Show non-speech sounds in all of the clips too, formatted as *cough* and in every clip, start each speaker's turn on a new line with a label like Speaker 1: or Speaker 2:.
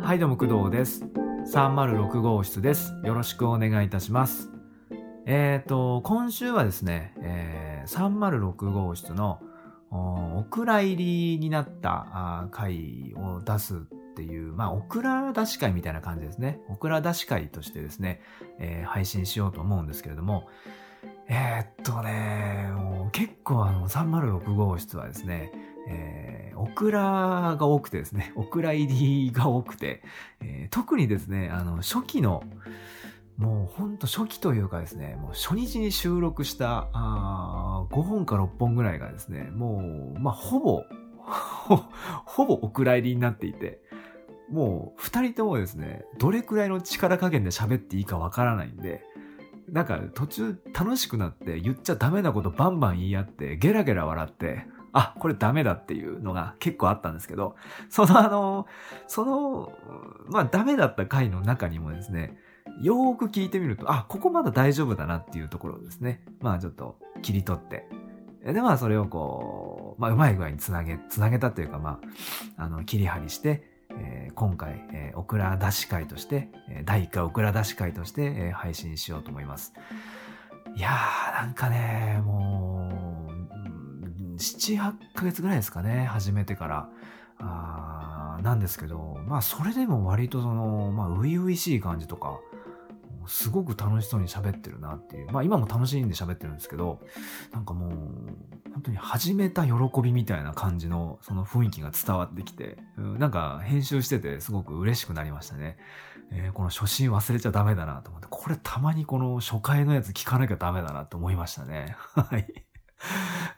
Speaker 1: はいどうも工藤です306号室ですよろしくお願いいたしますえーと今週はですね、えー306号室のおお蔵入りになったあー回を出すっていうまあオクラ出し会みたいな感じですねオクラ出し会としてですね、えー配信しようと思うんですけれどもえーっとねもう結構あの306号室はですねえーオクラが多くてですね、オ *laughs* クラ入りが多くて、えー特にですね、あの、初期の、もうほんと初期というかですね、もう初日に収録した、あー5本か6本ぐらいがですね、もう、まあ、ほぼ、 *laughs* ほほぼお蔵入りになっていて、もう2人ともですね、どれくらいの力加減で喋っていいかわからないんで、なんか途中楽しくなって言っちゃダメなことバンバン言い合ってゲラゲラ笑ってあこれダメだっていうのが結構あったんですけどそのあのそのまあダメだった回の中にもですねよーく聞いてみるとあここまだ大丈夫だなっていうところをですねまあちょっと切り取ってでまあそれをこうまあうまい具合につなげつなげたというかまああの切り張りしてえー今回、えーオクラ出し会として、えー第1回オクラ出し会として、えー配信しようと思います。いやー、なんかね、もう、うん7、8ヶ月ぐらいですかね、始めてから。あーなんですけど、まあ、それでも割とその、まあ、初々しい感じとか、すごく楽しそうに喋ってるなっていう。まあ、今も楽しいんで喋ってるんですけど、なんかもう、本当に始めた喜びみたいな感じの、その雰囲気が伝わってきて、うんなんか編集しててすごく嬉しくなりましたね。えーこの初心忘れちゃダメだなと思って、これたまにこの初回のやつ聞かなきゃダメだなと思いましたね。 *laughs* はい。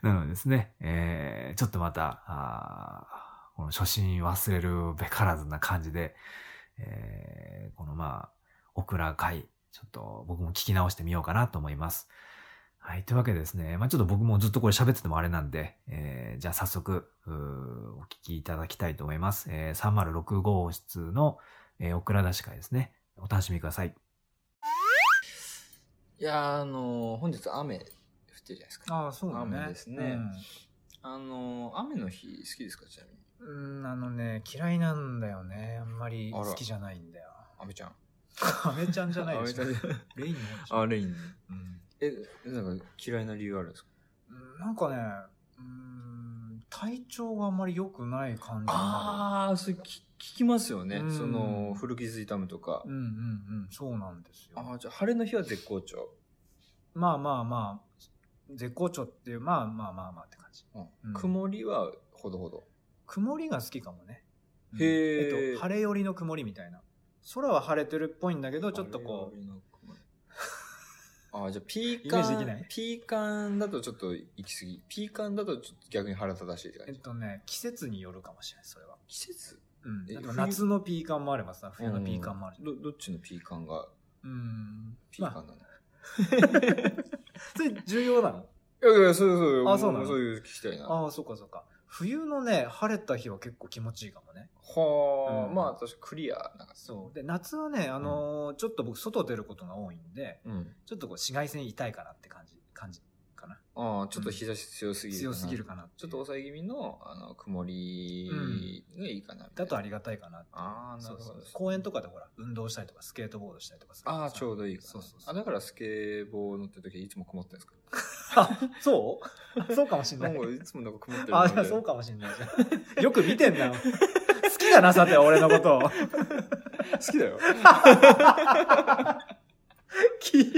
Speaker 1: なのでですね、えーちょっとまた、あーこの初心忘れるべからずな感じで、えーこのまあ、オクラ会、ちょっと僕も聞き直してみようかなと思います。はい。というわけでですね。まあ、ちょっと僕もずっとこれ喋っててもあれなんで、えーじゃあ早速、うーお聞きいただきたいと思います。えー306号室の、えー、オクラ出し会ですね。お楽しみください。
Speaker 2: いやーあのー本日雨降ってるじゃないですか。
Speaker 3: ああ、そうだね。
Speaker 2: 雨ですねあのー雨の日好きですかちなみに。
Speaker 3: うん。うん、あのね、嫌いなんだよね。あんまり
Speaker 2: あら
Speaker 3: 好きじゃないんだよ。
Speaker 2: 雨ちゃん。
Speaker 3: アメちゃんじゃないで
Speaker 2: 雨
Speaker 3: し
Speaker 2: ち
Speaker 3: ょ
Speaker 2: ゃん。。
Speaker 3: レインの方
Speaker 2: あ、
Speaker 3: でし
Speaker 2: レイン。
Speaker 3: ょうん
Speaker 2: え、なんか嫌いな理由あるんですか
Speaker 3: うんなんかね、うん、体調があんまり良くない感じにな
Speaker 2: ああ、それ聞聞きますよね
Speaker 3: う。ん
Speaker 2: その、古傷痛むとか
Speaker 3: る。。うんうんうん、そうなんですよ。
Speaker 2: ああ、じゃあ晴れの日は絶好調。
Speaker 3: まあまあまあ、絶好調っていう、まあまあまあまあって感じ。
Speaker 2: う、
Speaker 3: うんん
Speaker 2: 曇りはほどほど。
Speaker 3: 曇りが好きかもね。うん
Speaker 2: へー
Speaker 3: えっと、晴れ寄りの曇りみたいな。空は晴れてるっぽいんだけど、ちょっとこう、
Speaker 2: う。ああ、じゃあピーカ
Speaker 3: イメージできな
Speaker 2: ン
Speaker 3: い、
Speaker 2: ピーカンだとちょっと行き過ぎ。ピーカンだとちょっと逆に腹立たしいって
Speaker 3: え
Speaker 2: 感
Speaker 3: っ
Speaker 2: じ。
Speaker 3: とね、季節によるかもしれない、それは。
Speaker 2: 季節
Speaker 3: うん、
Speaker 2: え
Speaker 3: 例えば
Speaker 2: 冬
Speaker 3: 夏のピーカンもあればさ冬のピーカンもあるじゃん
Speaker 2: どどっちのピーカンが
Speaker 3: うん
Speaker 2: ピ
Speaker 3: ま
Speaker 2: ーカ
Speaker 3: あ
Speaker 2: ンなの、
Speaker 3: それ重要なの
Speaker 2: いやいや、そうそう
Speaker 3: あそうなの
Speaker 2: そういう聞きたいな。は
Speaker 3: ああそうかそうか冬のね晴れた日は結構気持ちいいかもね
Speaker 2: あ、
Speaker 3: うん
Speaker 2: まあ、確かクリアなんか
Speaker 3: そうで夏はね、あのーちょっと僕外出ることが多いんで
Speaker 2: う。うん。
Speaker 3: ちょっとこう紫外線痛いかなって感じ感じかな
Speaker 2: ああ、ちょっと日差し強すぎる。
Speaker 3: 強すぎる。かな
Speaker 2: ちょっと抑え気味の、あの、曇りがいいかなみたいな
Speaker 3: だとありがたいかなって
Speaker 2: ああ、な
Speaker 3: そ
Speaker 2: る
Speaker 3: うそ
Speaker 2: ほ
Speaker 3: う
Speaker 2: ど。
Speaker 3: 公園とかでほら運動したりとかスケートボードしたりとかするから
Speaker 2: ああ、
Speaker 3: さ
Speaker 2: ちょうどいいかな。
Speaker 3: そうそうそ
Speaker 2: あ、
Speaker 3: う
Speaker 2: だからスケボー乗ってる時いつも曇ってる
Speaker 3: *laughs*
Speaker 2: んですか
Speaker 3: あそうそうかもしんな
Speaker 2: ないんかいつもなんか曇ってる
Speaker 3: あ、じゃあそうかもしんないじゃん。よく見てんな。好きだな、さて、俺のことを。
Speaker 2: 好きだよ。
Speaker 3: 気持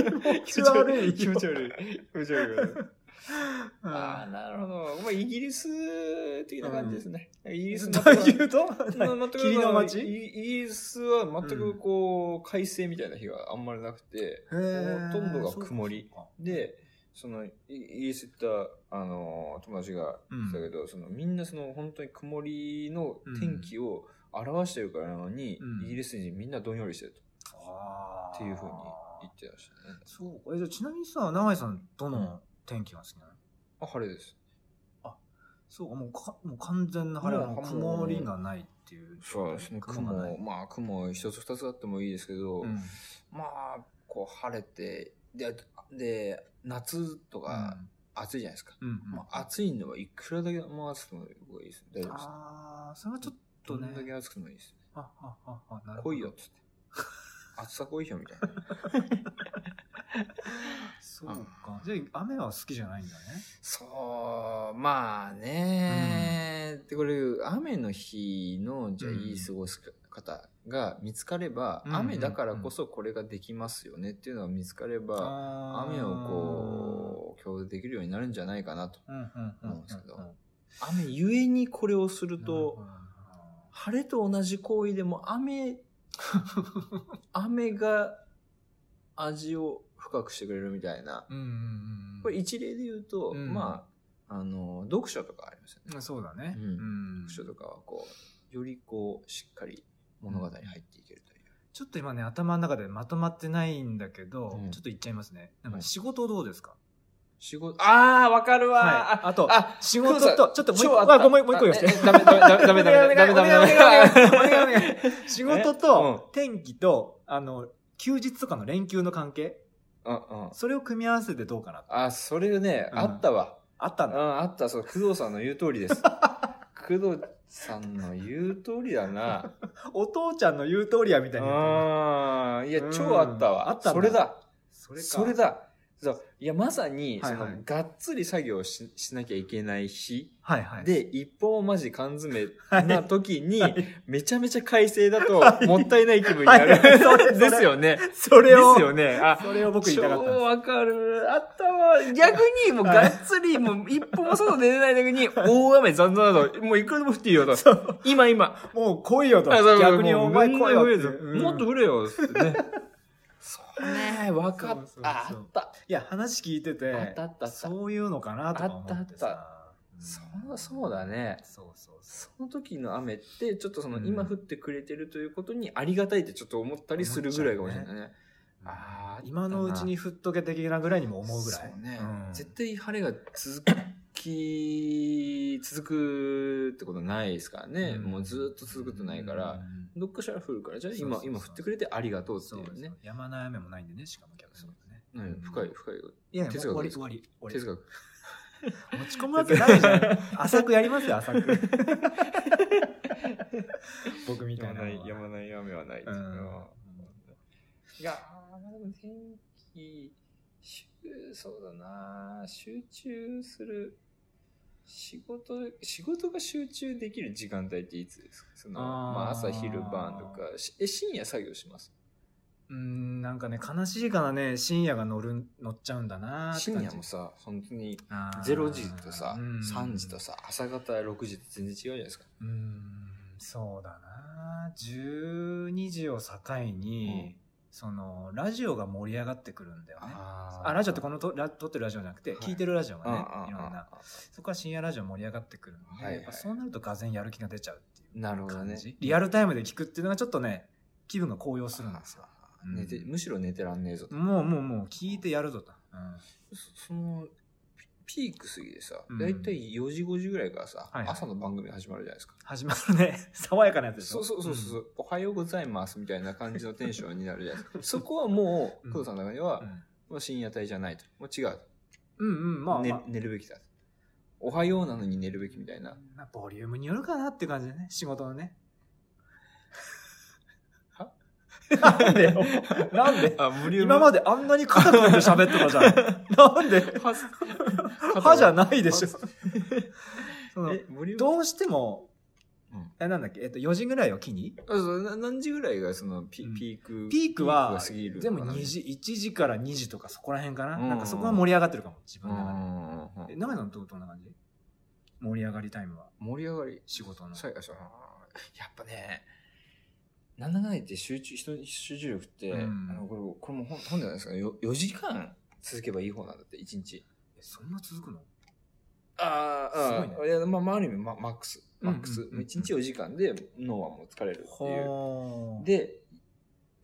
Speaker 3: ち悪い。
Speaker 2: 気持ち悪い。気持ち悪い。
Speaker 3: うん
Speaker 2: ああ、なるほど。まあ、イギリス的な感じですね。イギリス
Speaker 3: どういうと *laughs*
Speaker 2: 全く
Speaker 3: 霧の
Speaker 2: イ
Speaker 3: 街
Speaker 2: イギリスは全くこう、快晴みたいな日があんまりなくて、ほとんどが曇り。で、その、イイギリス行った、あの、友達が言ってたけど、その、みんなその、本当に曇りの天気を表してるからなのに、
Speaker 3: うん
Speaker 2: イギリス人みんなどんよりしてると。
Speaker 3: あー
Speaker 2: っていうふうに言ってましたね。
Speaker 3: そうか。えじゃあちなみにさ、永井さん、どの天気が好きなの
Speaker 2: あ、晴れです。
Speaker 3: そうか、もうか、もう完全な晴れなの
Speaker 2: もう
Speaker 3: 曇りがないっていう。
Speaker 2: そうですね。
Speaker 3: 雲がな
Speaker 2: 雲、
Speaker 3: い。
Speaker 2: まあ、雲一つ二つあってもいいですけど、
Speaker 3: うん
Speaker 2: まあ、こう晴れて、で、で、夏とか暑いじゃないですか。
Speaker 3: うんうん
Speaker 2: まあ、暑いのはいくらだけ回すのもいいです。大丈夫です。
Speaker 3: あー、それはちょっ
Speaker 2: ど
Speaker 3: と
Speaker 2: ん
Speaker 3: ね。
Speaker 2: だけ暑くてもいいです。
Speaker 3: あ、あ、あ、あ、なるほ
Speaker 2: 来
Speaker 3: ど。
Speaker 2: いよっつって。暑さ来いよみたいな。
Speaker 3: そうか。じゃあ、雨は好きじゃないんだね。
Speaker 2: そう、まあね、で、これ、雨の日の、じゃあ、
Speaker 3: うん
Speaker 2: いい過ごし方が見つかれば、
Speaker 3: うんうんうん
Speaker 2: 雨だからこそこれができますよねっていうのが見つかれば、
Speaker 3: あー
Speaker 2: 雨をこう、共有できるようになるんじゃないかなと。
Speaker 3: うん、うん、うん。
Speaker 2: 思うんですけど雨ゆえにこれをすると、晴れと同じ行為でも雨、雨が味を深くしてくれるみたいな。
Speaker 3: うん、うん、うんうん。
Speaker 2: これ一例で言うと、
Speaker 3: うん
Speaker 2: まあ、あの、読書とかありますよね。
Speaker 3: うんそうだね。
Speaker 2: うん
Speaker 3: ん
Speaker 2: 読書とかはこう、よりこう、しっかり物語に入っていけるという。
Speaker 3: ちょっと今ね、頭の中でまとまってないんだけど、
Speaker 2: うん
Speaker 3: ちょっと言っちゃいますね。なん
Speaker 2: う
Speaker 3: か
Speaker 2: ん
Speaker 3: 仕事どうですか、
Speaker 2: 仕事、ああ、わかるわー、
Speaker 3: はい。あと、
Speaker 2: あ
Speaker 3: 仕
Speaker 2: ク
Speaker 3: 事
Speaker 2: ーさん
Speaker 3: と、ちょっともう一
Speaker 2: 超
Speaker 3: 個、
Speaker 2: あった
Speaker 3: あごめんもう一個言わせて。
Speaker 2: あええダメダメダメダメダメダメダメ
Speaker 3: お願いお願いお願いお願いお願いお願いお願い仕事と、 *laughs* 天気と、あの、休日とかの連休の関係、
Speaker 2: うんうん。
Speaker 3: それを組み合わせてどうかな
Speaker 2: あ、それね、
Speaker 3: うん
Speaker 2: あったわ。
Speaker 3: あった
Speaker 2: うんん、
Speaker 3: だ。
Speaker 2: あった、そう、工藤さんの言う通り
Speaker 3: *laughs*
Speaker 2: です。工藤さんの言う通りだな。
Speaker 3: お父ちゃんの言う通りやみたいになってる。
Speaker 2: ああ、いや
Speaker 3: う、ん
Speaker 2: 超あったわ。
Speaker 3: あったん
Speaker 2: そ
Speaker 3: だ
Speaker 2: れだ。
Speaker 3: そ
Speaker 2: それ。だ。そういや、まさに、
Speaker 3: はい
Speaker 2: そ
Speaker 3: はい
Speaker 2: の、がっつり作業ししなきゃいけない日。
Speaker 3: はいはい。
Speaker 2: で、一本をマジ缶詰
Speaker 3: はい、
Speaker 2: な時に、
Speaker 3: はい
Speaker 2: めちゃめちゃ快晴だ
Speaker 3: は
Speaker 2: と
Speaker 3: い
Speaker 2: もったいない気分になる。
Speaker 3: はいはいそれそ
Speaker 2: で
Speaker 3: れ
Speaker 2: すよね。
Speaker 3: *laughs* それを、
Speaker 2: ですよね。あ、
Speaker 3: それを僕言い
Speaker 2: 超
Speaker 3: たかったんです。
Speaker 2: わかる。あったわ。逆に、もうがっつり、もう一歩も外出れない時に、大雨残像など、もういくらでも降っていいよと。
Speaker 3: そう
Speaker 2: 今今。
Speaker 3: もう来いよと。
Speaker 2: あそう
Speaker 3: 逆に
Speaker 2: もう
Speaker 3: お前来いよって。うん
Speaker 2: もっと降れよ。つってね。そうね、わか
Speaker 3: そう
Speaker 2: っ
Speaker 3: そうそう
Speaker 2: た。あった。
Speaker 3: いや、話聞いてて、
Speaker 2: あったあったあった
Speaker 3: そういうのかなとか思ってさ。
Speaker 2: あったそう、そうだ
Speaker 3: ね。
Speaker 2: ね。
Speaker 3: そうそうそ
Speaker 2: その時の雨って、ちょっとその
Speaker 3: うん
Speaker 2: 今降ってくれてるということにありがたいってちょっと思ったりするぐらいかもしれないね。
Speaker 3: う。
Speaker 2: あー
Speaker 3: 今のうちに振っとけ的なぐらいにも思うぐらい。
Speaker 2: そうね、
Speaker 3: うん
Speaker 2: 絶対晴れが続き、続くってことないですからね。
Speaker 3: ん
Speaker 2: もうずっと続くことないから、
Speaker 3: うん
Speaker 2: どっかしら降るから、じゃあ
Speaker 3: そうそう
Speaker 2: 今、
Speaker 3: そう
Speaker 2: 今降ってくれてありがとうって
Speaker 3: そう
Speaker 2: い
Speaker 3: で
Speaker 2: う
Speaker 3: す
Speaker 2: ね
Speaker 3: ね。。山の雨もないんでね、しかも逆に言うとね。
Speaker 2: うん深い、深い。
Speaker 3: いやいや、
Speaker 2: 哲
Speaker 3: もう終わ
Speaker 2: 学
Speaker 3: り
Speaker 2: です
Speaker 3: 終
Speaker 2: か
Speaker 3: わり。終
Speaker 2: 哲
Speaker 3: わ
Speaker 2: 学。
Speaker 3: り持ち込むわけないじゃ
Speaker 2: *laughs*
Speaker 3: ん。浅くやりますよ、浅く。僕みたいなのは。
Speaker 2: ない雨はない
Speaker 3: うん
Speaker 2: いやー、でも天気、集そうだな集中する、仕事、仕事が集中できる時間帯っていつですかその、
Speaker 3: あー
Speaker 2: まあ朝、昼、晩とか、しえ、深夜作業します
Speaker 3: うん、なんかね、悲しいからね、深夜が乗る、乗っちゃうんだなって
Speaker 2: 深
Speaker 3: 感じ
Speaker 2: 夜もさ、本当に、
Speaker 3: あー
Speaker 2: 0時とさ、
Speaker 3: うん
Speaker 2: 3時とさ、朝方6時って全然違うじゃないですか。
Speaker 3: うーんそうだな12時を境に、そのラジオが盛り上がってくるんだよね
Speaker 2: あ
Speaker 3: あラジオってこのとラ撮ってるラジオじゃなくて、
Speaker 2: はい
Speaker 3: 聞いてるラジオ
Speaker 2: うんうんうん
Speaker 3: がねいろんなそこから深夜ラジオ盛り上がってくるんで、
Speaker 2: はいはい
Speaker 3: やっぱそうなるとがぜんやる気が出ちゃうっていう
Speaker 2: なるほど
Speaker 3: 感
Speaker 2: ね
Speaker 3: じ、。リアルタイムで聞くっていうのがちょっとね気分が高揚するんですようん
Speaker 2: 寝てむしろ寝てらんねえぞと。
Speaker 3: もうもうもう聞いてやるぞと、うん
Speaker 2: そそのピピーク過ぎでさ
Speaker 3: うん、
Speaker 2: だいたい4時5時ぐらいからさ、
Speaker 3: はいはい
Speaker 2: 朝の番組始まるじゃないですか。
Speaker 3: 始まるね爽やかなやつでし
Speaker 2: そ
Speaker 3: ょ
Speaker 2: うそうそうそう、
Speaker 3: う
Speaker 2: おはようございますみたいな感じのテンションになるじゃないですか。
Speaker 3: *laughs*
Speaker 2: そこはも
Speaker 3: うん
Speaker 2: う、工藤さんの中で
Speaker 3: ん
Speaker 2: は、もう深夜帯じゃないと。もう違う。
Speaker 3: うん、うんうんまあ、まあ
Speaker 2: 寝寝るべきだ。おはようなのに寝るべきみたいな。
Speaker 3: まあボリュームによるかなって感じだね仕事のね
Speaker 2: は
Speaker 3: なんでよなんで
Speaker 2: あ、無
Speaker 3: 今まであんなに肩組んで喋ってたじ
Speaker 2: *laughs*
Speaker 3: ゃんなんで
Speaker 2: は、
Speaker 3: *laughs* 歯じゃないでしょ
Speaker 2: は
Speaker 3: その
Speaker 2: え、無料
Speaker 3: どうしても
Speaker 2: うん
Speaker 3: えなんだっけ、えっと、4時ぐらいを機に
Speaker 2: あそうな何時ぐらいがそのピ
Speaker 3: うん
Speaker 2: ピーク、
Speaker 3: ピークは
Speaker 2: ピークが過ぎるの
Speaker 3: で
Speaker 2: かな
Speaker 3: も2時1時から2時とかそこら辺かな,、
Speaker 2: うん
Speaker 3: なんかそこは盛り上がってるかも自
Speaker 2: う
Speaker 3: 分
Speaker 2: んう
Speaker 3: の中で
Speaker 2: んうんう
Speaker 3: え
Speaker 2: ん
Speaker 3: 長野のどうどんな感じ盛り上がりタイムは
Speaker 2: 盛り上がり
Speaker 3: 仕事の
Speaker 2: そうやそうやっぱね、なんだかんだ言って集中、人に集中力って、
Speaker 3: うん
Speaker 2: あのこれ、これも本本じゃないですかよ、4時間続けばいい方なんだって、1日。
Speaker 3: えそんな続くの
Speaker 2: あ
Speaker 3: ー
Speaker 2: あ、
Speaker 3: す
Speaker 2: いや、まあ、まあ、ある意味、ま、マックス。マックス。
Speaker 3: うんうんうんうん
Speaker 2: 1日4時間で脳はもう疲れるっていう。
Speaker 3: ほー
Speaker 2: で、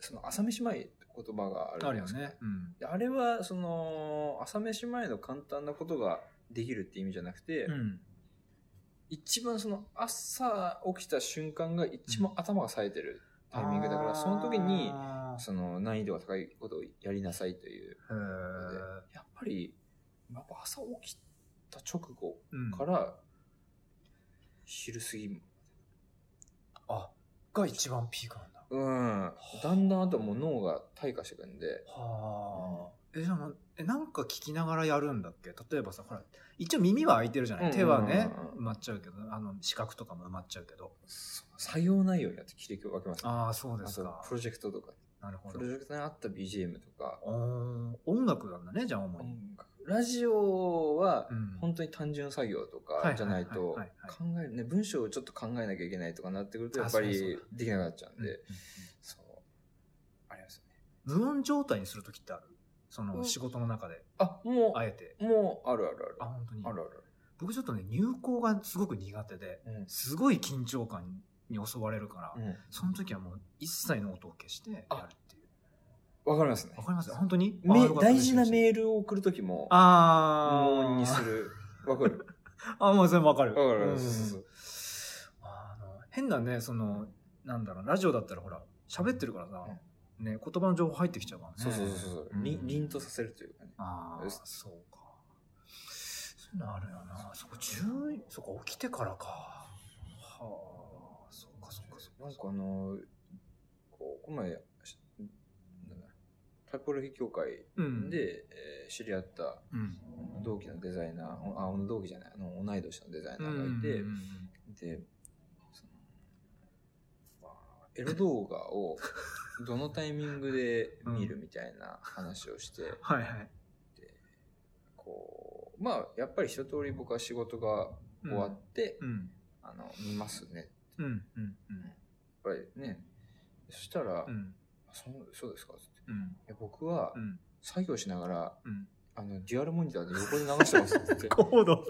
Speaker 2: その朝飯前って言葉があるじ
Speaker 3: あ
Speaker 2: ゃな
Speaker 3: る
Speaker 2: い
Speaker 3: よ
Speaker 2: ですか
Speaker 3: ね、うん
Speaker 2: であれは、その、朝飯前の簡単なことができるって意味じゃなくて、
Speaker 3: うん
Speaker 2: 一番その朝起きた瞬間が一番頭が冴えてるタイミングだから、
Speaker 3: あー
Speaker 2: その時に
Speaker 3: へ
Speaker 2: その難易度が高いことをやりなさいという
Speaker 3: ー
Speaker 2: ことで、やっぱりやっぱ朝起きた直後
Speaker 3: うん
Speaker 2: から昼過ぎ
Speaker 3: あが一番ピークなんだ。
Speaker 2: うん。だんだんあともう脳が退化してくるんで。
Speaker 3: はあ。え、じゃあもう、え、なんか聞きながらやるんだっけ例えばさ、ほら、一応耳は開いてるじゃな
Speaker 2: う
Speaker 3: い
Speaker 2: ん
Speaker 3: 手はね
Speaker 2: うんうん、う
Speaker 3: 埋まっちゃうけど、あの、視覚とかも埋まっちゃうけど。
Speaker 2: 作業内容によって切り分けます、ね。
Speaker 3: ああ、そうです
Speaker 2: あと
Speaker 3: か、。
Speaker 2: プロジェクトとか。
Speaker 3: なるほ
Speaker 2: プ
Speaker 3: ど
Speaker 2: ロ。ジェクトにあった BGM とか。
Speaker 3: おー音楽なんだね、じゃあ主に。
Speaker 2: ラジオは
Speaker 3: うん、
Speaker 2: 本当に単純作業と
Speaker 3: は
Speaker 2: か
Speaker 3: い
Speaker 2: じゃないと
Speaker 3: はいはい
Speaker 2: 考えるね文章をちょっと考えなきゃいけないとかなってくるとやっぱ
Speaker 3: あそうだ
Speaker 2: り
Speaker 3: そう
Speaker 2: できなくなっちゃうん
Speaker 3: うんうん
Speaker 2: でそうありますよね
Speaker 3: 無音状態にするときってあるそうの
Speaker 2: ん
Speaker 3: 仕事の中で、
Speaker 2: あも
Speaker 3: あえて。
Speaker 2: うもうあるある
Speaker 3: あ、
Speaker 2: ある
Speaker 3: 本当に
Speaker 2: あ。るある
Speaker 3: 僕ちょっとね、入稿がすごく苦手で、
Speaker 2: うん
Speaker 3: すごい緊張感に襲われるから、
Speaker 2: うん
Speaker 3: その時はもう一切の音を消してやるっていう。
Speaker 2: わかりますね
Speaker 3: わかります本当にあー
Speaker 2: め
Speaker 3: よかった
Speaker 2: 大
Speaker 3: です
Speaker 2: 事なメールを送るときも
Speaker 3: あ
Speaker 2: 無
Speaker 3: ー
Speaker 2: 音にするわかる
Speaker 3: あ、もうそれわかる。
Speaker 2: わかるわ
Speaker 3: う
Speaker 2: か
Speaker 3: ん
Speaker 2: るそう
Speaker 3: あの変なね、その、なんだろう、ラジオだったらほら、喋ってるからさ、ね、言葉の情報入ってきちゃうからね。
Speaker 2: そうそうそうそうそう
Speaker 3: うん
Speaker 2: り凛とさせるというかね
Speaker 3: ああ、そうか。そういうのあるよな。そこ、10、そこ起きてからか。はあ、そっかそっかそっか。
Speaker 2: なんかあのこうこの前しなんだタイポロヒ協会
Speaker 3: うん、
Speaker 2: で、えー知り合った
Speaker 3: うん、
Speaker 2: 同期のデザイナー、おあ、同期じゃない、あの同い年のデザイナーがいて、
Speaker 3: うんうん
Speaker 2: で、そのまあエロ動画
Speaker 3: *laughs*
Speaker 2: をどのタイミングで見るみたいな話をして、
Speaker 3: はいはい。
Speaker 2: こう、まあ、やっぱり一通り僕は仕事が終わって、
Speaker 3: うん、
Speaker 2: あの、見ますね。やっ
Speaker 3: うん、うん、うん、
Speaker 2: ぱりね、そしたら、
Speaker 3: うん、うん、
Speaker 2: そそうですかつって。
Speaker 3: うん、
Speaker 2: いや僕は
Speaker 3: うん、
Speaker 2: 作業しながら、
Speaker 3: うん。
Speaker 2: あの、デュアルモニターで横で流してますって
Speaker 3: *laughs* 高度。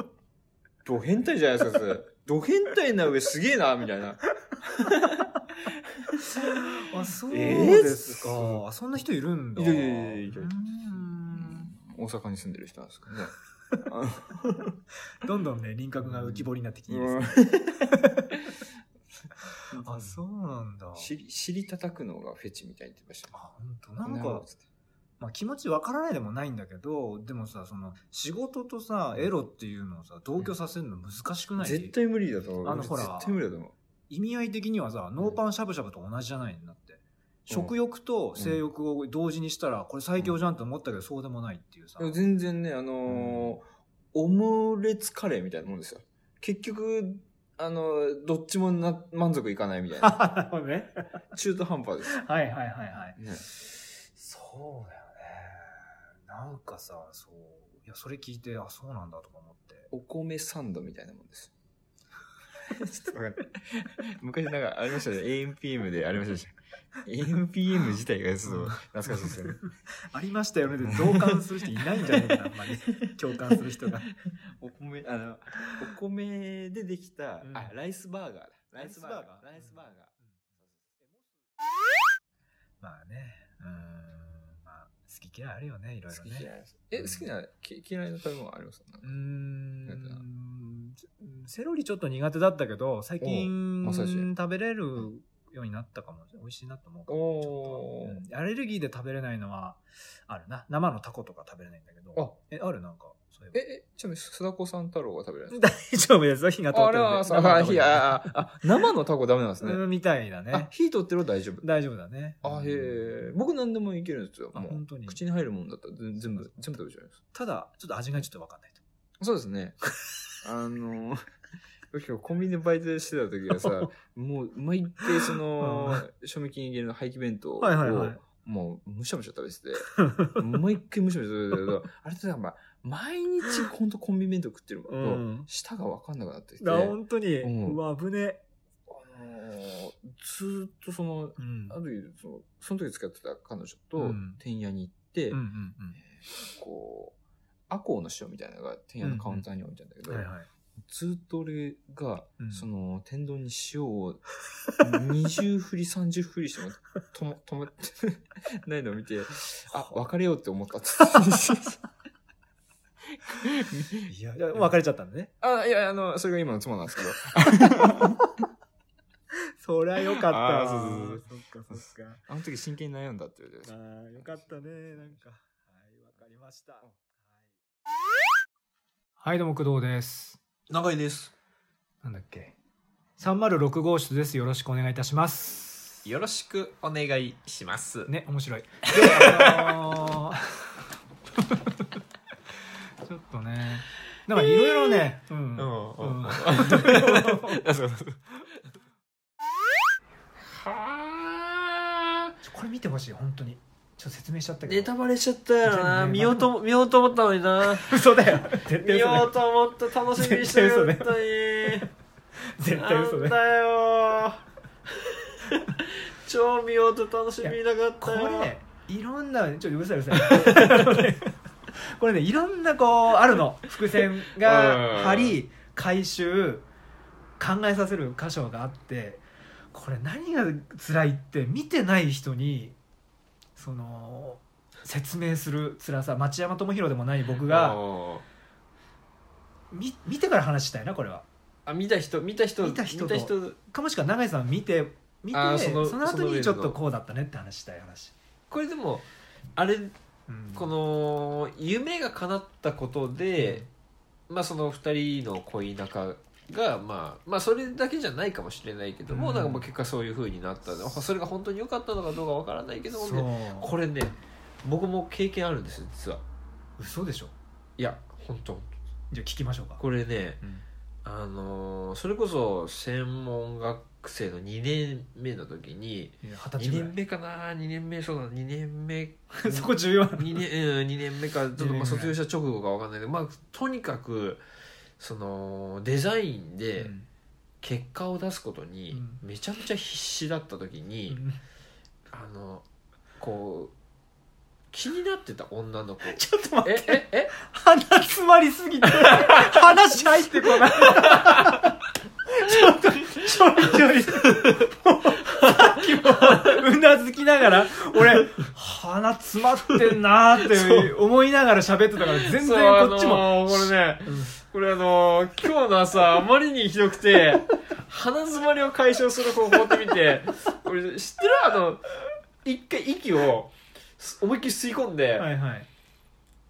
Speaker 2: ド変態じゃないですか、そ
Speaker 3: *laughs*
Speaker 2: れ。ド変態な上すげえな、みたいな。
Speaker 3: あ、そう
Speaker 2: えー
Speaker 3: ですか。そんな人いるんだ。
Speaker 2: いやいやいやいやいや
Speaker 3: うん
Speaker 2: 大阪に住んでる人なんですかね。
Speaker 3: どんどんね、輪郭が浮き彫りになってきていいですね。あ、そうなんだ。
Speaker 2: 知り、尻叩くのがフェチみたいに言ってました。
Speaker 3: あ、本当なんか
Speaker 2: つ、って
Speaker 3: まあ、気持ちわからないでもないんだけど、でもさ、その、仕事とさ、エロっていうのをさ、同居させるの難しくない
Speaker 2: 絶対無理だと思う。
Speaker 3: あのほら
Speaker 2: 絶対無理だと思う。
Speaker 3: 意味合い的にはさ、ノーパンしゃぶしゃぶと同じじゃないんだって。食欲と性欲を同時にしたら、これ最強じゃんと思ったけど、そうでもないっていうさ
Speaker 2: で。も全然ね、あのーオムレツカレーみたいなもんですよ。結局、あのーどっちもな満足いかないみたい
Speaker 3: *laughs*
Speaker 2: な。
Speaker 3: *laughs* なるほどね。
Speaker 2: 中途半端です。
Speaker 3: はいはいはいはい。
Speaker 2: ね
Speaker 3: そうだよね。なんかさ、そう、いや、それ聞いて、あ、そうなんだとか思って。
Speaker 2: お米サンドみたいなもんです。 *laughs* ちょっとわかんない。昔なんかありましたね。AMPM でありましたし。AMPM 自体がちょっと懐かしいですよね。
Speaker 3: ありましたよねで同感する人いないんじゃないかな、あんまり。共感する人 *laughs* が。
Speaker 2: お米、あの、お米でできた、
Speaker 3: うん
Speaker 2: あ、ライスバーガーだ。ライスバーガー。
Speaker 3: ラ
Speaker 2: ラ
Speaker 3: イ
Speaker 2: イ
Speaker 3: ス
Speaker 2: ス
Speaker 3: バ
Speaker 2: バ
Speaker 3: ー
Speaker 2: ー
Speaker 3: ガー
Speaker 2: ガー。
Speaker 3: まあね、うーん、まあ、好き嫌いあるよね、いろいろ
Speaker 2: 好き
Speaker 3: ね。
Speaker 2: 嫌いです。え、好きな、き嫌いな食べ物あります
Speaker 3: うーん、セロリちょっと苦手だったけど、最近
Speaker 2: おうマッサージ
Speaker 3: 食べれるようになったかも。美味しいなと思うかも。
Speaker 2: お
Speaker 3: うんアレルギーで食べれないのはあるな。生のタコとか食べれないんだけど。
Speaker 2: あ、
Speaker 3: え、あるなんか、そういえば
Speaker 2: え、え、ちなみに、須田子さん太郎が食べられるんで
Speaker 3: 大丈夫ですよ、火
Speaker 2: すか
Speaker 3: が通っ
Speaker 2: あ
Speaker 3: て
Speaker 2: あれ
Speaker 3: るんで
Speaker 2: は、
Speaker 3: 生のタ
Speaker 2: あ、
Speaker 3: コ
Speaker 2: 火、
Speaker 3: じゃな
Speaker 2: あ、ああ、生のタコダメ
Speaker 3: い
Speaker 2: なんですね。
Speaker 3: うんみたいな
Speaker 2: あ
Speaker 3: ね、。
Speaker 2: 火取ってるは大丈夫。
Speaker 3: 大丈夫だね。
Speaker 2: あ、へえ。僕何でもいけるんですよ。
Speaker 3: あ
Speaker 2: も
Speaker 3: 本
Speaker 2: う
Speaker 3: 当に
Speaker 2: 口に入るもんだったら全全部、全部食べちゃいます。
Speaker 3: ただ、ちょっと味がちょっとわかんないと。
Speaker 2: そうです *laughs* ね。あの、今日コンビニでバイトしてた時はさ、もう毎回その、賞味期限切れの廃棄弁当を、
Speaker 3: はいはいはい
Speaker 2: もうむしゃむしゃ食べてて、毎回むしゃむしゃ食べてたけど、あれってなんか毎日ほんとコンビニ弁当食ってるもん、
Speaker 3: うん
Speaker 2: 舌がわかんなくなってきて、あ
Speaker 3: あ
Speaker 2: の
Speaker 3: 本当に、
Speaker 2: うん
Speaker 3: うわ、危ねえ。
Speaker 2: ーずーっとその、
Speaker 3: うん
Speaker 2: ある時その、その時付き合ってた彼女と
Speaker 3: うん、
Speaker 2: てんやに行って、
Speaker 3: うんうんうん
Speaker 2: こう、アコウの塩みたいなのが、てんやのカウンターに置いてあるんだけど、
Speaker 3: はいはい。
Speaker 2: ずっと俺が、
Speaker 3: うん
Speaker 2: その、天丼に塩を20振り、30振りしても、とも、止まってないのを見て、あ、別れようって思
Speaker 3: *laughs*
Speaker 2: ったっつって。
Speaker 3: いや、別れちゃったんだね。
Speaker 2: あ、いや、あの、それが今の妻なんですけど。
Speaker 3: そりゃよかったわ。
Speaker 2: あーそう
Speaker 3: そっかそっか。
Speaker 2: あの時真剣に悩んだって言われて。
Speaker 3: ああ、よかったね、なんか。はい、わかりました。
Speaker 1: はい、どうも工藤です。
Speaker 2: 長いです。
Speaker 1: なんだっけ306号室です。よろしくお願いいたします。
Speaker 4: よろしくお願いします。
Speaker 1: ね、面白い。で、あのー
Speaker 3: *laughs*
Speaker 1: ちょっとね、なんかいろいろね、うん
Speaker 4: ん
Speaker 1: うん
Speaker 4: *laughs* そうそうそうはあ。
Speaker 1: ちょこれ見てほしい、本当に。ちょっと説明しちゃったけど。
Speaker 2: ネタバレしちゃったよ
Speaker 1: じゃあ
Speaker 2: な。
Speaker 1: ね
Speaker 2: 見ようとも、見ようと思ったのにな。
Speaker 1: *laughs* 嘘だよ。絶
Speaker 2: 見
Speaker 1: 対嘘だ
Speaker 2: よ
Speaker 1: よ
Speaker 2: う。と思った。楽しみにしてるのに。
Speaker 1: *laughs* 絶対嘘
Speaker 2: なん
Speaker 1: だよ。
Speaker 2: だよ。超見ようと楽しみなかっ
Speaker 1: こ
Speaker 2: たよ。
Speaker 1: れ、いろんな、ちょっとうるさいうるさい。これね、いろんなこう、あるの。伏線
Speaker 4: うん
Speaker 1: が張り、回収、考えさせる箇所があって、これ何が辛いって、見てない人に、その、説明する辛さ、町山智博でもない僕が、
Speaker 4: あ
Speaker 1: み見てから話したいな、これは。
Speaker 2: あ、見た人、見た人、
Speaker 1: 見た人と
Speaker 2: 見た人
Speaker 1: かもしくは永井さん見て、見
Speaker 2: あー
Speaker 1: て、
Speaker 2: そ
Speaker 1: そ
Speaker 2: の
Speaker 1: の
Speaker 2: そ
Speaker 1: 後
Speaker 2: の上
Speaker 1: に
Speaker 2: の
Speaker 1: ちょっとこうだったねって話したい話。
Speaker 2: これでも、あれ、
Speaker 1: うん
Speaker 2: この、夢が叶ったことで、まあその二人の恋仲が、まあ、まあそれだけじゃないかもしれないけども、
Speaker 1: うん
Speaker 2: なんかもう結果そういう風になったんでそれが本当に良かったのかどうかわからないけどもね、
Speaker 1: そう。
Speaker 2: これね、僕も経験あるんですよ、実は。
Speaker 1: 嘘でしょ。
Speaker 2: いや、本当
Speaker 1: じゃあ聞きましょうか。
Speaker 2: これね、
Speaker 1: うん
Speaker 2: あのーそれこそ専門学生の2年目の時に、
Speaker 1: えー二十歳ぐら
Speaker 2: 2年目かな2年目そうだ2年目
Speaker 1: い *laughs* そこ重要なの
Speaker 2: 2年うん二年目かちょっと
Speaker 1: 二年
Speaker 2: ま
Speaker 1: 目
Speaker 2: あ卒業した直後かわかんないけど、まあ、とにかくそのデザイン
Speaker 1: う
Speaker 2: で
Speaker 1: ん
Speaker 2: 結果を出すことに
Speaker 1: うん
Speaker 2: めちゃめちゃ必死だった時に、あのこう気になってた女の子
Speaker 1: ちょっと待っ
Speaker 2: え
Speaker 1: て
Speaker 2: ええ
Speaker 1: 鼻詰まりすぎて話入ってこないちょっとちょいちょいもうさっきもうなずきながら俺鼻詰まってんなーって思いながら喋ってたから全然
Speaker 4: そうあ
Speaker 1: こっちも、
Speaker 4: のーこれね、
Speaker 1: うん
Speaker 4: これあのー今日の朝、あまりにひどくて、鼻詰まりを解消する方法ってみて、俺知ってるあの、一回息をす思いっきり吸い込んで、
Speaker 1: はいはい、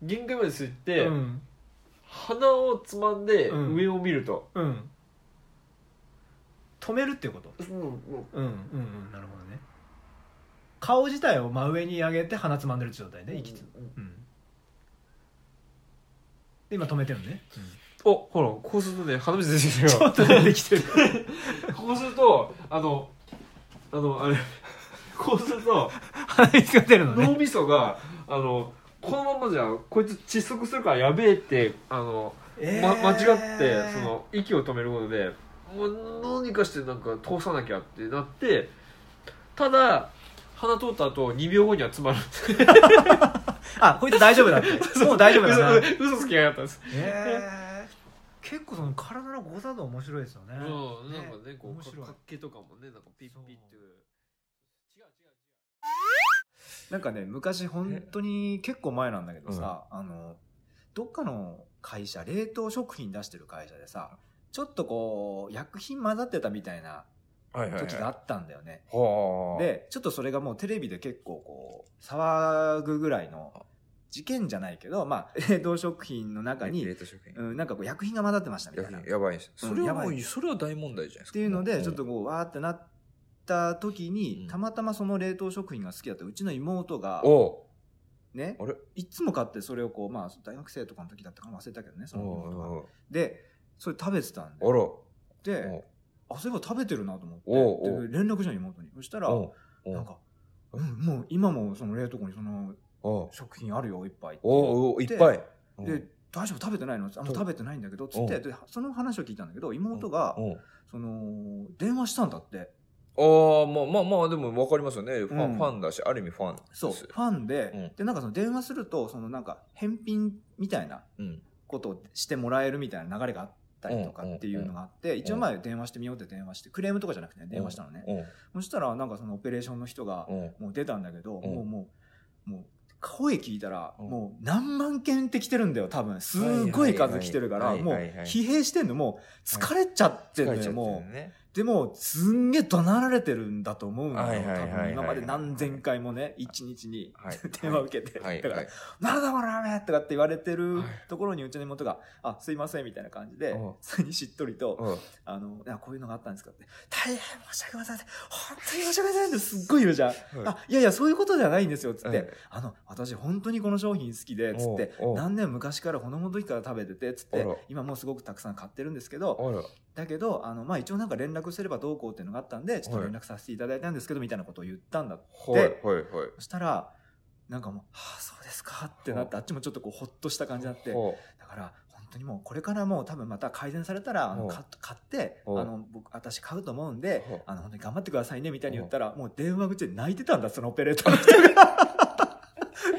Speaker 4: 限界まで吸って、
Speaker 1: うん
Speaker 4: 鼻をつまんで
Speaker 1: うん
Speaker 4: 上を見ると、
Speaker 1: うん止めるっていうこと
Speaker 4: うんうん
Speaker 1: うんうんうんなるほどね顔自体を真上に上げて鼻つまんでる状態ね息つうんで今止めてるのね、
Speaker 4: おほらこうするとね鼻水出てきた
Speaker 1: ちょ
Speaker 4: よ
Speaker 1: っと出てきてる
Speaker 4: *laughs* こうするとあのあのあれこうすると
Speaker 1: 鼻水が出るのね
Speaker 4: 脳みそがあのこのままじゃこいつ窒息するからやべえってあの、ま、間違ってその息を止めることでもうどうにかしてなんか通さなきゃってなってただ鼻通った後2秒後には詰まる
Speaker 1: あこいつ大丈夫だ
Speaker 2: *laughs*
Speaker 1: ってもう大丈夫だな
Speaker 4: *laughs* 嘘嘘つきやがったんです、
Speaker 1: えー、結構その体のござ度面白いですよね、
Speaker 2: うん、なんかね、こ
Speaker 1: 面
Speaker 2: う、
Speaker 1: 白い
Speaker 2: かっけとかもね、なんかピッピッっていう。違う違う。
Speaker 3: なんかね、昔本当に結構前なんだけどさ、あの、どっかの会社、冷凍食品出してる会社でさ、ちょっとこう、薬品混ざってたみたいな
Speaker 2: はい
Speaker 3: 時があったんだよね。
Speaker 2: は
Speaker 3: で、ちょっとそれがもうテレビで結構こう、騒ぐぐらいの事件じゃないけど、まあ、 *laughs* 冷凍食品の中に、
Speaker 2: 凍食品
Speaker 3: うん、なんかこう、薬品が混ざってましたみたいな。っ
Speaker 2: やばいです。
Speaker 3: うん
Speaker 2: それはも
Speaker 3: やば
Speaker 2: う、
Speaker 3: い
Speaker 2: それは大問題じゃないですか。
Speaker 3: ていうので、ちょっとこう、わーってなった時
Speaker 2: う
Speaker 3: に
Speaker 2: ん、
Speaker 3: たまたまその冷凍食品が好きだったうちの妹が、
Speaker 2: お
Speaker 3: ね
Speaker 2: あれ、
Speaker 3: いつも買ってそれをこう、まあ、大学生とかの時だったかも忘れたけどね、その妹が
Speaker 2: お
Speaker 3: で、それ食べてたん
Speaker 2: あら。
Speaker 3: で、で
Speaker 2: お
Speaker 3: あ、そういえば食べてるなと思
Speaker 2: おうお
Speaker 3: っ
Speaker 2: う
Speaker 3: て、で連絡したの妹に。そしたら、
Speaker 2: おお
Speaker 3: なんか、うん、もう今もその冷凍庫にその
Speaker 2: お
Speaker 3: 食品あるよ、いっぱいって。
Speaker 2: おおい
Speaker 3: で
Speaker 2: っぱい。
Speaker 3: で、大丈夫食べてないのあんま食べてないんだけど、つって、でその話を聞いたんだけど、妹が、
Speaker 2: お
Speaker 3: その、電話したんだって。
Speaker 2: おああ、まあまあまあ、でもわかりますよね。ファ
Speaker 3: う
Speaker 2: ン、
Speaker 3: ん
Speaker 2: ファンだし、ある意味ファンです。
Speaker 3: そう、ファンで、
Speaker 2: うん
Speaker 3: で、なんかその電話すると、そのなんか、返品みたいな
Speaker 2: うん。
Speaker 3: ことをしてもらえるみたいな流れがあったりとかっていうのがあって、一応前電話してみようって電話して、クレームとかじゃなくてね電話したのね。
Speaker 2: お
Speaker 3: そしたらなんかそのオペレーションの人が
Speaker 2: お
Speaker 3: もう出たんだけど、
Speaker 2: うん
Speaker 3: もうもう、もう声聞いたら、
Speaker 2: うん
Speaker 3: もう何万件って来てるんだよ、多分。すごい数来てるか
Speaker 2: は
Speaker 3: ら、
Speaker 2: いはい
Speaker 3: もう
Speaker 2: はいはいはい
Speaker 3: 疲弊してんの、もう疲れちゃってんのよ、もう。
Speaker 1: でも、すんげえ怒鳴られてるんだと思うんだ
Speaker 5: はい
Speaker 1: よ。
Speaker 5: はいはいは
Speaker 1: 多
Speaker 5: い
Speaker 1: 分今まで何千回もね、一日に
Speaker 5: はい。
Speaker 1: 電話受けて。
Speaker 5: はい。
Speaker 1: だから
Speaker 5: はい、
Speaker 1: なんだこれラーメンとかって言われてる
Speaker 2: はい
Speaker 1: ところにうちの妹が、あ、すいませんみたいな感じで
Speaker 5: うん、
Speaker 1: それにしっとりと、
Speaker 5: うん
Speaker 1: あの、あこういうのがあったんですかって、大変申し訳ございません。本当に申し訳ございませんってすっごい言うじゃん。あ、いやいや、そういうことじゃないんですよ、つって。
Speaker 5: はい
Speaker 1: あの、私本当にこの商品好きで、つって、
Speaker 5: おうおう
Speaker 1: 何年昔からこの時から食べてて、つって
Speaker 5: あら、
Speaker 1: 今もうすごくたくさん買ってるんですけど、
Speaker 5: あら。
Speaker 1: だけど、あの、まあ、一応なんか連絡すればどうこうっていうのがあったんで、ちょっと連絡させていただいたんですけど、みたいなことを言ったんだ。
Speaker 5: はいはいはい。
Speaker 1: そしたら、なんかもう、はあ、そうですかってなって、あっちもちょっとこう、ほっとした感じになって、
Speaker 5: ほ
Speaker 1: だから、本当にもう、これからもう多分また改善されたら、あの、
Speaker 5: おう
Speaker 1: か買って、あ
Speaker 5: おう
Speaker 1: の、僕、私買うと思うんで
Speaker 5: おう、
Speaker 1: あの、本当に頑張ってくださいね、みたいに言ったら、もう電話口で泣いてたんだ、そのオペレーターの人が。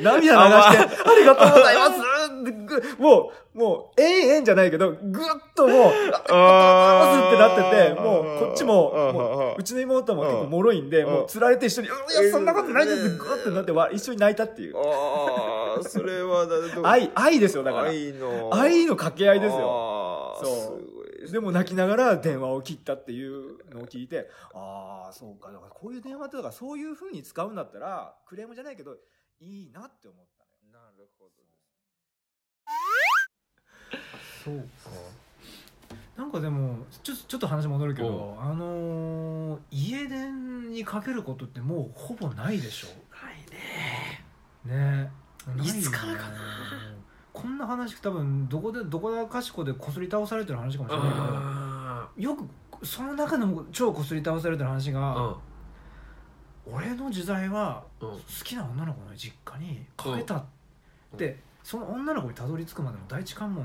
Speaker 1: 涙流して、ありがとうございますってぐもう、もう、えんえんじゃないけど、ぐっともう、
Speaker 5: うあ
Speaker 1: あーってなってて、もうこっちも、もうう
Speaker 5: ち
Speaker 1: ちの妹も結構脆いんで、
Speaker 5: うん
Speaker 1: もう釣られて一緒に、うんいや、そんなことないですってグーってなってわ、一緒に泣いたっていう。
Speaker 5: ああ、それはだと
Speaker 1: 愛、愛ですよ、だから。
Speaker 5: 愛の。
Speaker 1: 愛の掛け合いですよ。
Speaker 5: よ
Speaker 1: そう
Speaker 5: す
Speaker 1: でも泣きながら電話を切ったっていうのを聞いて、ああ、そうか、だからこういう電話って、だからそういう風に使うんだったら、クレームじゃないけど、いいなって思ったのよ。
Speaker 5: なるほど。
Speaker 2: そうか
Speaker 3: なんかでもちょちょっと話戻るけど、あのー家電にかけることってもうほぼないでしょないねねない
Speaker 2: つからかな
Speaker 3: よねこんな話多分どこでどこだかしこでこすり倒されてる話かもしれない
Speaker 2: あ
Speaker 3: けどよくその中でも超こすり倒されてる話
Speaker 2: あ
Speaker 3: が、
Speaker 2: う
Speaker 3: 俺の時代は
Speaker 2: んうん
Speaker 3: 好きな女の子の実家にかけたって、
Speaker 2: う
Speaker 3: その女の子にたどり着くまでの第一関門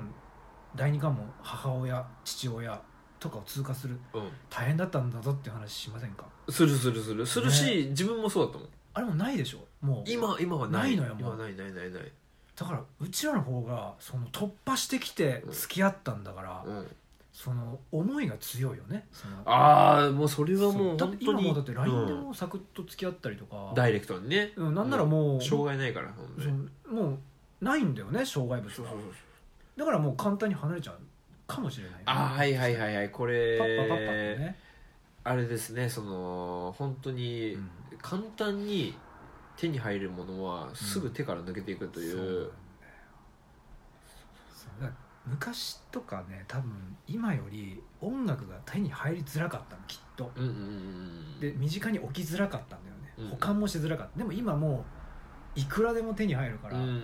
Speaker 3: 第二関門母親父親とかを通過する
Speaker 2: う
Speaker 3: 大変だったんだぞっていう話しませんか
Speaker 2: んするするするするし自分もそうだったもん
Speaker 3: あれもないでしょもう
Speaker 2: 今今はない
Speaker 3: ないのよもう
Speaker 2: 今はないないないない
Speaker 3: だからうちらの方がその突破してきて
Speaker 2: うん
Speaker 3: 付き合ったんだから、
Speaker 2: うん
Speaker 3: その思いが強いよねその
Speaker 2: ああもうそれは
Speaker 3: そ
Speaker 2: も
Speaker 3: う
Speaker 2: う
Speaker 3: だって
Speaker 2: 本
Speaker 3: 今
Speaker 2: 当に
Speaker 3: もだって LINE で
Speaker 2: うん
Speaker 3: もうサクッと付き合ったりとか、
Speaker 2: ダイレクトにね
Speaker 3: うん、なんならもう、
Speaker 2: 障害ないからほんと
Speaker 3: そ
Speaker 2: に
Speaker 3: のもうないんだよね障害物が
Speaker 2: そうそうそう
Speaker 3: だからもう簡単に離れちゃうかもしれないね、
Speaker 2: ああはいはいはいはいこれ
Speaker 3: パッパパッパってね、
Speaker 2: あれですねその本当に
Speaker 3: うん
Speaker 2: 簡単に手に入るものはすぐ手から抜けていくとい
Speaker 3: そうなんだよ
Speaker 2: う、
Speaker 3: そうだから昔とかね多分今より音楽が手に入りづらかったのきっと
Speaker 2: うん、うんうんうん
Speaker 3: で身近に置きづらかったんだよね、
Speaker 2: うん
Speaker 3: 保管もしづらかったでも今もういくらでも手に入るから、
Speaker 2: うんうんうんうん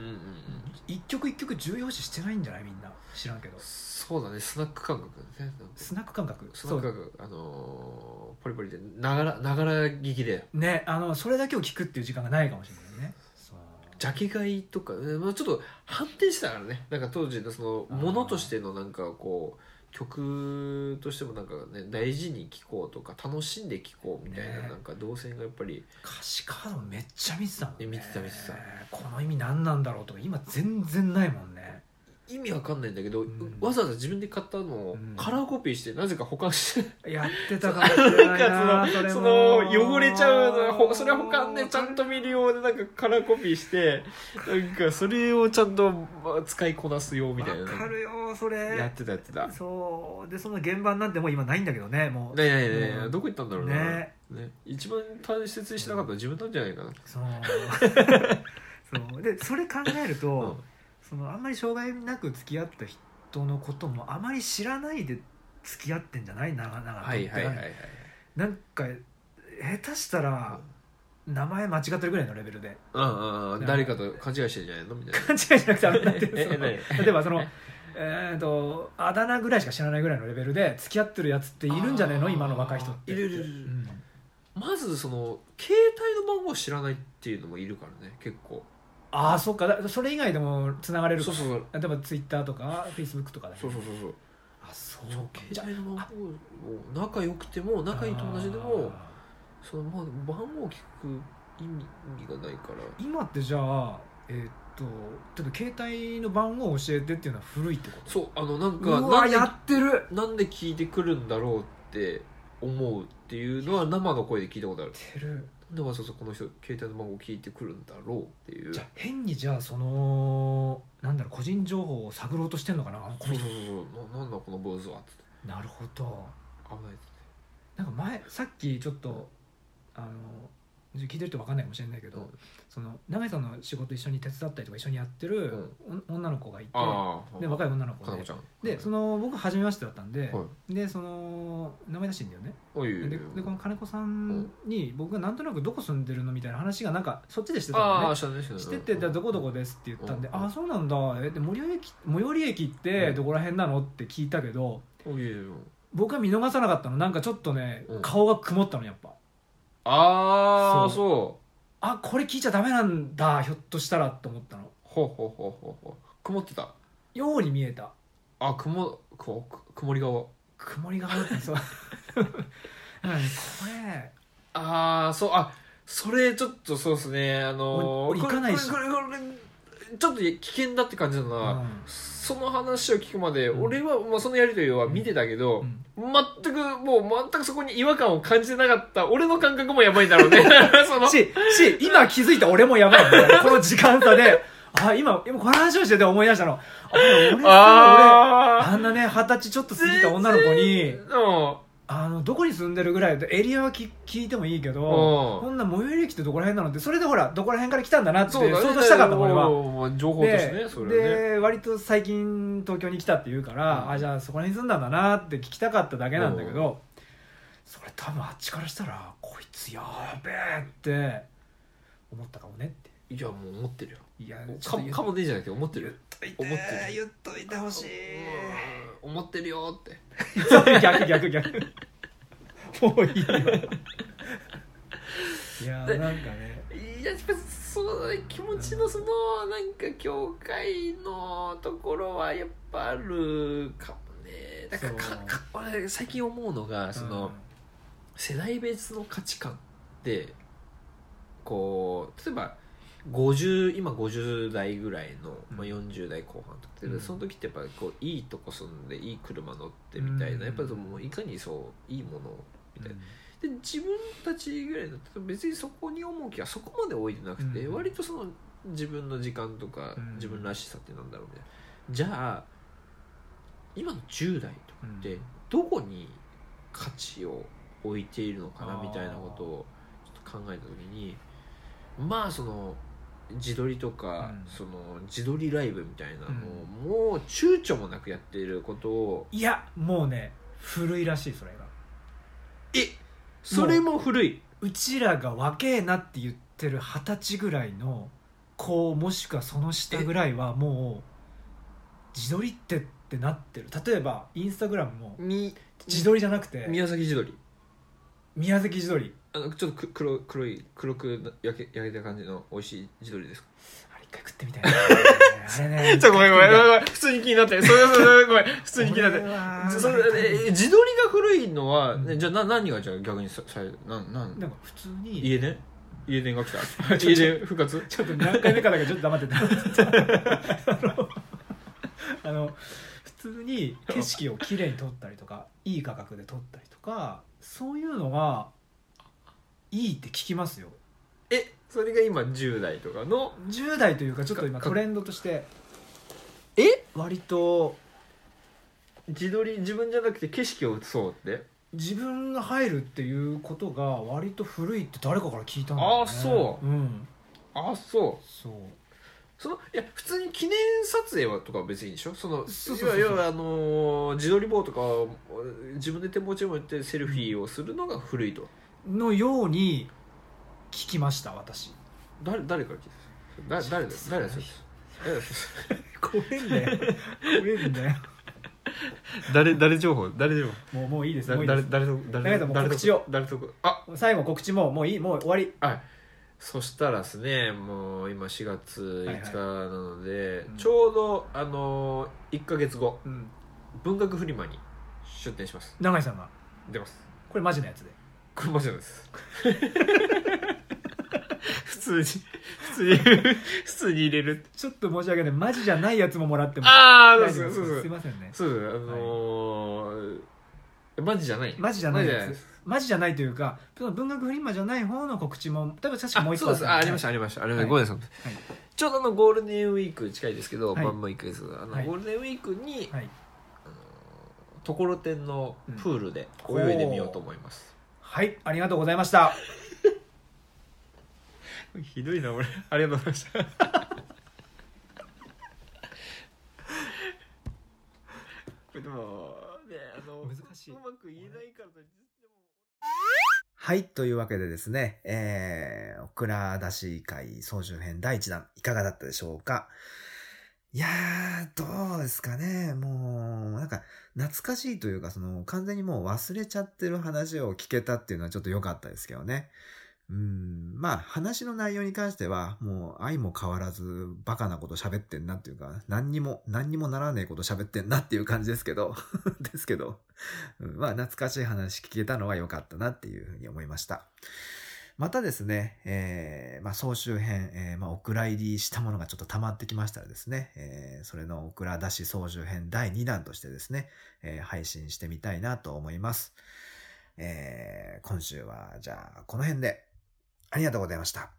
Speaker 3: 一曲一曲重要視してないんじゃないみんな知らんけど
Speaker 2: そうだねスナック感覚だねなんか
Speaker 3: スナック感覚
Speaker 2: スナック感覚あのーポリポリでながらながら聞きで
Speaker 3: そうねあのそれだけを聞くっていう時間がないかもしれないねそう
Speaker 2: ジャケ買いとか、えーまあ、ちょっと反転してたからねなんか当時のそ
Speaker 3: あ
Speaker 2: の
Speaker 3: ー
Speaker 2: ものとしてのなんかこう曲としてもなんかね大事に聴こうとか楽しんで聴こうみたいな、
Speaker 3: ね
Speaker 2: なんか動線がやっぱり
Speaker 3: 歌詞カードめっちゃ見てたもんね
Speaker 2: 見てた見てた
Speaker 3: この意味何なんだろうとか今全然ないもんね
Speaker 2: 意味わかんないんだけど、
Speaker 3: ん
Speaker 2: わざわざ自分で買ったのを
Speaker 3: うん
Speaker 2: カラーコピーしてなぜか保管して、
Speaker 3: やってたかもしれないな
Speaker 2: *laughs* なんかそ
Speaker 3: そ
Speaker 2: の
Speaker 3: れも
Speaker 2: 汚れちゃうのほそれは保管でちゃんと見るようでなんかカラーコピーしてなんかそれをちゃんとまあ使いこなすよみたいな
Speaker 3: わかるよそれ
Speaker 2: やってたやってた
Speaker 3: そうでその現場なんてもう今ないんだけどねもう
Speaker 2: ねえねえねえ、
Speaker 3: うん
Speaker 2: どこ行ったんだろうな、
Speaker 3: ね
Speaker 2: ね一番大切にしなかったのは自分なんじゃないかな、 *laughs*
Speaker 3: そうそうでそれ考えると、
Speaker 2: うん
Speaker 3: そのあんまり障害なく付き合った人のこともあまり知らないで付き合ってんじゃない長々と
Speaker 2: はいはいはい
Speaker 3: っ
Speaker 2: は
Speaker 3: て
Speaker 2: い
Speaker 3: なんか下手したら名前間違ってるぐらいのレベルで *laughs*
Speaker 2: うんうんうん誰かと勘違いしてんじゃないのみたいな
Speaker 3: 勘違いじゃなくてあれだって
Speaker 2: *laughs* ええ
Speaker 3: その
Speaker 2: え
Speaker 3: *laughs* 例えばそのえーとあだ名ぐらいしか知らないぐらいのレベルで付き合ってるやつっているんじゃないの
Speaker 2: あー
Speaker 3: 今の若い人って
Speaker 2: いるいるいる
Speaker 3: うん
Speaker 2: まずその携帯の番号を知らないっていうのもいるからね結構
Speaker 3: ああそっかだそれ以外でもつながれる
Speaker 2: そうそうそう
Speaker 3: 例えばツイッターとかフェイスブックとかだけ
Speaker 2: そうそうそうそう
Speaker 3: あそ
Speaker 2: そうう
Speaker 3: じゃ
Speaker 2: 携帯の番号を仲良くても仲いい友達でも
Speaker 3: あー
Speaker 2: そのまあ番号を聞く意味意味がないから
Speaker 3: 今ってじゃあえーっと例えば携帯の番号を教えてっていうのは古いってこと
Speaker 2: そうあのなん
Speaker 3: う
Speaker 2: か
Speaker 3: わ
Speaker 2: なんで
Speaker 3: やってる
Speaker 2: なんで聞いてくるんだろうって思うっていうのは生の声で聞いたことある
Speaker 3: てる
Speaker 2: なんでわざわざこの人携帯の番号聞いてくるんだろうっていう
Speaker 3: じ
Speaker 2: そう
Speaker 3: ゃあ変にじゃあそのなんだろう個人情報を探ろうとしてんのかなあのこ
Speaker 2: そ
Speaker 3: の
Speaker 2: うそ
Speaker 3: 人
Speaker 2: うそうななんだこの坊主はっつって
Speaker 3: なるほど
Speaker 2: 危ないっつって
Speaker 3: なんか前さっきちょっとあの聞いてる人分かんないかもしれないけど、
Speaker 2: うん
Speaker 3: その永井さんの仕事一緒に手伝ったりとか一緒にやってる、お女の子がいて
Speaker 2: ああ
Speaker 3: で若い女の
Speaker 2: か
Speaker 3: 子
Speaker 2: な
Speaker 3: で
Speaker 2: こちゃん
Speaker 3: でその僕初めましてだったんで、
Speaker 2: は
Speaker 3: でその名前出していいんだよね
Speaker 2: おいおいおい
Speaker 3: ででこの金子さんに僕がなんとなくどこ住んでるのみたいな話がなんかそっちでしてたんだ
Speaker 2: あ
Speaker 3: よ
Speaker 2: あ
Speaker 3: ね
Speaker 2: 知らない知らない
Speaker 3: してて「だどこどこです」って言ったんで「
Speaker 2: うん
Speaker 3: ああそうなんだえで最寄り駅最寄り駅ってどこら辺なの?」って聞いたけど
Speaker 2: おいおいおい
Speaker 3: 僕は見逃さなかったのなんかちょっとね
Speaker 2: うん
Speaker 3: 顔が曇ったのやっぱ
Speaker 2: ああ
Speaker 3: そう
Speaker 2: そう
Speaker 3: あこれ聞いちゃダメなんだひょっとしたらと思ったの
Speaker 2: ほうほうほうほうほう曇ってた
Speaker 3: ように見えた
Speaker 2: あ曇こく曇り顔
Speaker 3: 曇りがあって *laughs* そうだからねこれ
Speaker 2: ああそうあそれちょっとそうですねあのー
Speaker 3: 俺俺行かないし
Speaker 2: これこれこれこれちょっと危険だって感じだな、
Speaker 3: うん
Speaker 2: その話を聞くまで、
Speaker 3: うん
Speaker 2: 俺は、まあ、そのやりとりは見てたけど、
Speaker 3: うん
Speaker 2: 全くもう全くそこに違和感を感じてなかった俺の感覚もやばいだろ
Speaker 3: *laughs*
Speaker 2: うねその
Speaker 3: し、し、今気づいた俺もやばいね。この時間差で。あ、今、今この話をしてて思い出したの。あ、俺さ、俺、
Speaker 2: あ
Speaker 3: あんなね、二十歳ちょっと過ぎた女の子に
Speaker 2: ー、うん
Speaker 3: あの、どこに住んでるぐらいで、エリアはき聞いてもいいけ
Speaker 2: うん
Speaker 3: ど、こんな最寄り駅ってどこら辺なのって、それでほら、どこら辺から来たんだなって
Speaker 2: そうだね
Speaker 3: 想像したかったの、俺は。
Speaker 2: もう情報として
Speaker 3: で
Speaker 2: ねそれはね
Speaker 3: で割と最近東京に来たって言うか
Speaker 2: う
Speaker 3: ら、
Speaker 2: ん
Speaker 3: あじゃあそこら辺に住んだんだなって聞きたかっただけなんだけど、それ多分あっちからしたらこいつやべえって思ったかもねって
Speaker 2: いやもう思ってるよ
Speaker 3: いや
Speaker 2: か
Speaker 3: 言っ
Speaker 2: かもねえじゃなくて思ってる
Speaker 3: 言っ
Speaker 2: よ
Speaker 3: といて
Speaker 2: 思ってる
Speaker 3: 言っといてほし
Speaker 2: う
Speaker 3: い
Speaker 2: ん思ってるよって
Speaker 3: そう逆逆逆 *laughs* もう
Speaker 2: *laughs*
Speaker 3: いいわいやなんかね
Speaker 2: いややっぱその気持ちのそのなんか境界のところはやっぱあるかもねだから
Speaker 3: そ
Speaker 2: か
Speaker 3: う
Speaker 2: か俺最近思うのがその、世代別の価値観ってこう例えば50今50代ぐらいの、まあ、
Speaker 3: う
Speaker 2: 40代後半とかって、
Speaker 3: うん
Speaker 2: その時ってやっぱこういいとこ住んでいい車乗ってみたいな、
Speaker 3: うん
Speaker 2: やっぱりもういかにそういいものをみたいな
Speaker 3: う
Speaker 2: で
Speaker 3: ん
Speaker 2: 自分たちぐらいだと別にそこに重きはそこまで置いてなくて、
Speaker 3: うん
Speaker 2: 割とその自分の時間とか、
Speaker 3: うん
Speaker 2: 自分らしさってなんだろうみたいなじゃあ今の10代とかってどこに価値を置いているのかなみたいなことをちょっと考えた時にまあその自撮りとか、
Speaker 3: うん
Speaker 2: その自撮りライブみたいなのを、もう躊躇もなくやっていることを
Speaker 3: いやもうね古いらしいそれが
Speaker 2: えそれも古いう
Speaker 3: ちらが若えなって言ってる二十歳ぐらいの子もしくはその下ぐらいはもう自撮りってってなってる例えばインスタグラムも
Speaker 2: み
Speaker 3: 自撮りじゃなくて
Speaker 2: 宮崎自撮り
Speaker 3: 宮崎自撮り
Speaker 2: あのちょっとく黒黒い黒くな焼け焼けた感じの美味しい自撮りですか
Speaker 3: あれ一回食ってみたいなあれ
Speaker 2: *laughs*
Speaker 3: ね
Speaker 2: ちょごめんごめんごめん普通に気になってそれそれごめん普通に気になって
Speaker 3: て
Speaker 2: それえ自撮りが古いのは、
Speaker 3: うん
Speaker 2: じゃあな何がじゃあ逆にささなんなん
Speaker 3: なんか普通に
Speaker 2: 家電家電が来 *laughs* た家電復活
Speaker 3: ちょっと何回目かだけちょっと黙っててあのあの普通に景色をきれいに撮ったりとかいい価格で撮ったりとかそういうのがいいって聞きますよ
Speaker 2: *laughs* えそれが今10代とかの
Speaker 3: 10代というかちょっと今トレンドとして
Speaker 2: え
Speaker 3: 割と
Speaker 2: 自撮り自分じゃなくて景色を写そうって
Speaker 3: 自分が入るっていうことが割と古いって誰かから聞いたんだ
Speaker 2: あーそう
Speaker 3: うん
Speaker 2: あそう
Speaker 3: そう
Speaker 2: そのいや普通に記念撮影はとかは別にいいでしょその
Speaker 3: そうそうそうそう
Speaker 2: 要は要はあのー自撮り棒とかを自分で手持ちを持ってセルフィーをするのが古いと
Speaker 3: のように聞きました私
Speaker 2: 誰誰から聞いたんですかだ誰だ誰だそれ誰だそれ
Speaker 3: これんだよ *laughs* これんだよ
Speaker 2: 誰誰情報誰情報
Speaker 3: もうもういいです
Speaker 2: だ
Speaker 3: もういい
Speaker 2: 誰
Speaker 3: です
Speaker 2: 誰と
Speaker 3: だけ
Speaker 2: 誰と
Speaker 3: どもう
Speaker 2: 誰と
Speaker 3: 告知を
Speaker 2: 誰とあ
Speaker 3: 最後告知ももういいもう終わり
Speaker 2: そしたらですねもう今4月5日
Speaker 3: は
Speaker 2: なので、
Speaker 3: うん
Speaker 2: ちょうどあのー、1か月後
Speaker 3: うん
Speaker 2: 文学フリマに出店します
Speaker 3: 永井さんが
Speaker 2: 出ます
Speaker 3: これマジなやつで
Speaker 2: これマジなんです。普通に、普
Speaker 3: *laughs*
Speaker 2: 通に、普通に入れる。
Speaker 3: ちょっと申し訳ないマジじゃないやつももらっても
Speaker 2: ああ、
Speaker 3: 大
Speaker 2: そ
Speaker 3: 丈
Speaker 2: う
Speaker 3: 夫
Speaker 2: そう
Speaker 3: です
Speaker 2: そ。
Speaker 3: すいうませんね
Speaker 2: そうです、あのー、マジじゃない。
Speaker 3: マジじゃない
Speaker 2: マ
Speaker 3: や
Speaker 2: ジ
Speaker 3: つマジじゃないというかその文学フリマじゃない方の告知も多分確かもう
Speaker 2: あ
Speaker 3: 一
Speaker 2: そ
Speaker 3: 個
Speaker 2: うですあありましたたありましたあれ、
Speaker 3: はい
Speaker 2: ごめんなさい、ちょうどあのゴールデンウィーク近いですけど、
Speaker 3: はい
Speaker 2: まあまあ1ヶ月あの、
Speaker 3: はい
Speaker 2: ゴールデンウィークに、
Speaker 3: はい
Speaker 2: あのーところてんのプールで泳いでみようと思います、
Speaker 1: はいありがとうございました
Speaker 2: ひどいな俺ありがとうございま *laughs* したでもねあの
Speaker 1: 難しいう
Speaker 2: まく言えないからといってでも
Speaker 3: *laughs* はい。というわけでですね、えー、オクラ出し会総集編第1弾、いかがだったでしょうかいやー、どうですかね。もう、なんか、懐かしいというか、その、完全にもう忘れちゃってる話を聞けたっていうのはちょっと良かったですけどね。うん、まあ、話の内容に関しては、もう、愛も変わらず、バカなこと喋ってんなっていうか、何にも、何にもならねえこと喋ってんなっていう感じですけど、 *laughs* ですけど。うんまあ、懐かしい話聞けたのは良かったなっていうふうに思いました。またですね、えーまあ、総集編、えーまあ、お蔵入りしたものがちょっと溜まってきましたらですね、えーそれのお蔵出し総集編第2弾としてですね、えー配信してみたいなと思います。えー今週は、じゃあ、この辺で、ありがとうございました。